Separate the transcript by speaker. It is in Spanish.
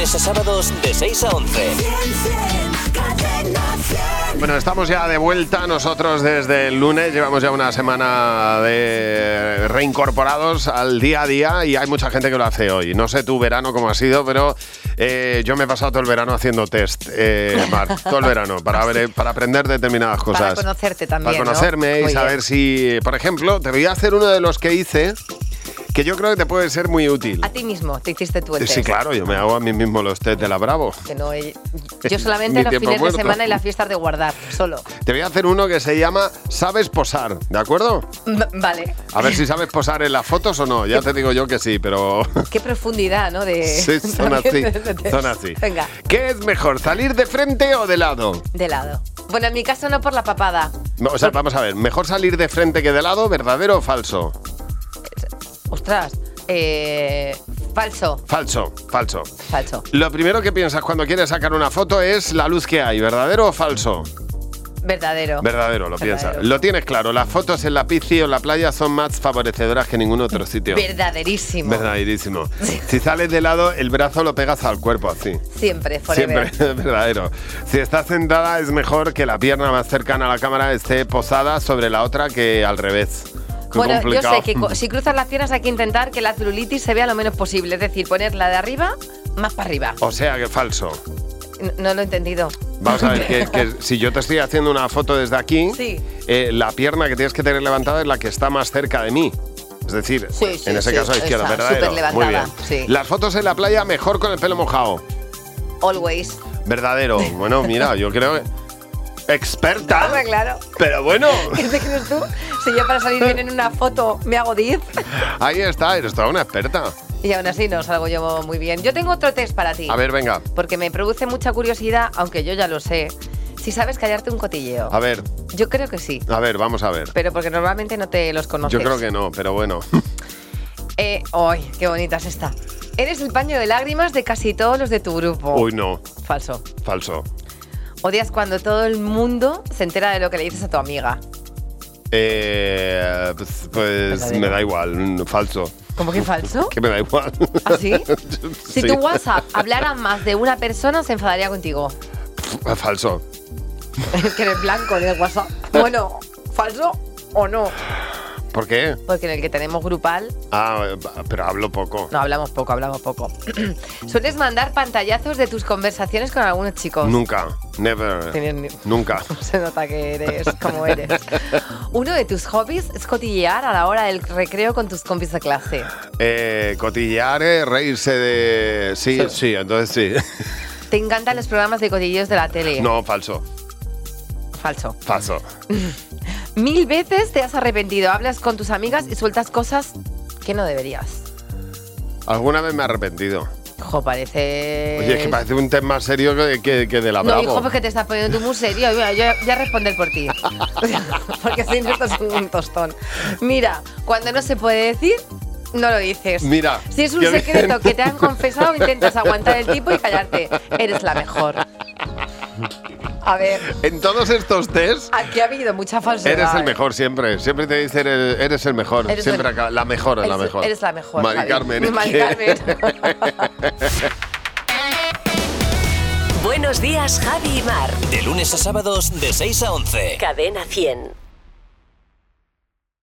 Speaker 1: a sábados de 6 a 11.
Speaker 2: Bueno, estamos ya de vuelta nosotros desde el lunes, llevamos ya una semana de reincorporados al día a día y hay mucha gente que lo hace hoy. No sé tu verano cómo ha sido, pero eh, yo me he pasado todo el verano haciendo test, eh, Marc, todo el verano, para, ver- para aprender determinadas cosas.
Speaker 3: Para conocerte también.
Speaker 2: Para
Speaker 3: ¿no?
Speaker 2: conocerme
Speaker 3: Muy
Speaker 2: y saber
Speaker 3: bien.
Speaker 2: si, por ejemplo, te voy a hacer uno de los que hice que yo creo que te puede ser muy útil.
Speaker 3: A ti mismo, te hiciste tú el
Speaker 2: Sí,
Speaker 3: Ah, pues test.
Speaker 2: claro, yo me hago a mí mismo los test de la Bravo.
Speaker 3: Que no he-
Speaker 2: Mi
Speaker 3: yo solamente los
Speaker 2: tiempo
Speaker 3: fines
Speaker 2: muerto.
Speaker 3: de semana y las fiestas de guardar, solo.
Speaker 2: Te voy a hacer uno que se llama Sabes posar, ¿de acuerdo?
Speaker 3: M- vale.
Speaker 2: A ver si sabes posar en las fotos o no. Ya te digo yo que sí, pero
Speaker 3: Qué profundidad, ¿no? De,
Speaker 2: sí, son así.
Speaker 3: también de test.
Speaker 2: Son así.
Speaker 3: Venga,
Speaker 2: ¿Qué es mejor, salir de frente o de lado?
Speaker 3: de lado. Bueno, en mi caso no por la papada.
Speaker 2: No, O sea, vamos a ver, ¿mejor salir de frente que de lado, verdadero o falso?
Speaker 3: Ostras, eh, falso,
Speaker 2: Falso, falso.
Speaker 3: falso.
Speaker 2: Lo primero que piensas cuando quieres sacar una foto es la luz que hay, ¿verdadero o falso?
Speaker 3: Verdadero.
Speaker 2: Verdadero, lo
Speaker 3: Verdadero.
Speaker 2: piensas. Lo tienes claro, las fotos en la piscina o en la playa son más favorecedoras que en ningún otro sitio.
Speaker 3: Verdaderísimo.
Speaker 2: Verdaderísimo. Si sales de lado, el brazo lo pegas al cuerpo así. Siempre
Speaker 3: Siempre, forever.
Speaker 2: es verdadero. Si estás sentada, es mejor que la pierna más cercana a la cámara esté posada sobre la otra que al revés. Qué
Speaker 3: Bueno,
Speaker 2: complicado.
Speaker 3: yo sé que co- si cruzas las piernas hay que intentar que la celulitis se vea lo menos posible, es decir, ponerla de arriba más para arriba.
Speaker 2: O sea que falso.
Speaker 3: N- No lo he entendido.
Speaker 2: Vamos a ver, que, que si yo te estoy haciendo una foto desde aquí,
Speaker 3: Sí.
Speaker 2: eh, la pierna que tienes que tener levantada es la que está más cerca de mí. Es decir,
Speaker 3: Sí, sí,
Speaker 2: en ese
Speaker 3: sí,
Speaker 2: caso a la izquierda,
Speaker 3: esa,
Speaker 2: verdadero.
Speaker 3: súper
Speaker 2: Muy bien.
Speaker 3: levantada, sí.
Speaker 2: Las fotos en la playa mejor con el pelo mojado.
Speaker 3: Always.
Speaker 2: Verdadero. Bueno, mira, yo creo que- experta.
Speaker 3: Hombre, claro.
Speaker 2: Pero bueno,
Speaker 3: ¿Qué te crees tú? Si yo para salir bien en una foto me hago 10
Speaker 2: ahí está, eres toda una experta.
Speaker 3: y aún así no salgo yo muy bien. Yo tengo otro test para ti.
Speaker 2: A ver, venga.
Speaker 3: Porque me produce mucha curiosidad, aunque yo ya lo sé. Si sabes callarte un cotilleo.
Speaker 2: A ver,
Speaker 3: Yo creo que sí.
Speaker 2: a ver, vamos a ver.
Speaker 3: Pero porque normalmente no te los conoces.
Speaker 2: Yo creo que no, pero bueno.
Speaker 3: Eh, ¡Ay, qué bonita es esta! Eres el paño de lágrimas de casi todos los de tu grupo.
Speaker 2: Uy, no,
Speaker 3: Falso.
Speaker 2: falso.
Speaker 3: Odias cuando todo el mundo se entera de lo que le dices a tu amiga.
Speaker 2: Eh, pues pues
Speaker 3: Verdadero.
Speaker 2: me da igual, mm, falso.
Speaker 3: ¿Cómo que falso? ¿Ah,
Speaker 2: Que me da igual.
Speaker 3: ¿Así? Si
Speaker 2: Sí.
Speaker 3: tu WhatsApp hablara más de una persona, se enfadaría contigo.
Speaker 2: Falso.
Speaker 3: Es que eres blanco en el WhatsApp. Bueno, ¿falso o no?
Speaker 2: ¿Por qué?
Speaker 3: Porque en el que tenemos grupal,
Speaker 2: Ah, eh, pero hablo poco.
Speaker 3: no, hablamos poco, hablamos poco. ¿Sueles mandar pantallazos de tus conversaciones con algunos chicos?
Speaker 2: Nunca. Never.
Speaker 3: Tienes ni-
Speaker 2: Nunca.
Speaker 3: Se nota que eres como eres. Uno de tus hobbies es cotillear a la hora del recreo con tus compis de clase.
Speaker 2: Eh, cotillear, eh, reírse de. Sí, sí, entonces
Speaker 3: Te encantan los programas de cotilleos de la
Speaker 2: sí.
Speaker 3: tele.
Speaker 2: No, falso.
Speaker 3: Falso.
Speaker 2: Falso.
Speaker 3: Mil veces te has arrepentido. Hablas con tus amigas y sueltas cosas que no deberías.
Speaker 2: Alguna vez me he arrepentido.
Speaker 3: Jo, parece.
Speaker 2: Oye, es que parece un tema más serio que, que- que de la
Speaker 3: Eh. No,
Speaker 2: Bravo.
Speaker 3: hijo, pues, porque te estás poniendo tú muy serio. Yo, yo voy a responder por ti. porque si no, estás en un tostón. Mira, cuando no se puede decir, no lo dices.
Speaker 2: Mira,
Speaker 3: Si es un
Speaker 2: qué bien.
Speaker 3: secreto que te han confesado, intentas aguantar el tipo y callarte. Eres la mejor. A ver,
Speaker 2: En todos estos tests.
Speaker 3: aquí ha habido mucha falsedad.
Speaker 2: Eres el
Speaker 3: ¿eh?
Speaker 2: mejor siempre, siempre te dicen el- eres el mejor,
Speaker 3: Eres
Speaker 2: siempre
Speaker 3: el-
Speaker 2: acaba- la mejor,
Speaker 3: Eres,
Speaker 2: la mejor.
Speaker 3: eres la mejor.
Speaker 2: Mari
Speaker 3: Javi.
Speaker 2: Carmen. es
Speaker 3: Mari
Speaker 2: que-
Speaker 3: Carmen.
Speaker 4: Buenos días, Javi y Mar.
Speaker 1: De lunes a sábados de 6 a 11.
Speaker 4: Cadena 100.